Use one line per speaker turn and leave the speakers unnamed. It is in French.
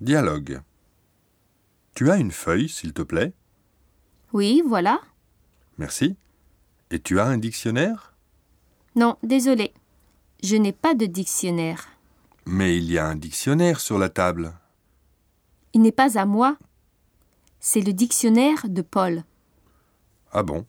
Dialogue. Tu as une feuille, s'il te plaît
Oui, voilà.
Merci. Et tu as un dictionnaire
Non, désolé. Je n'ai pas de dictionnaire.
Mais il y a un dictionnaire sur la table.
Il n'est pas à moi. C'est le dictionnaire de Paul.
Ah bon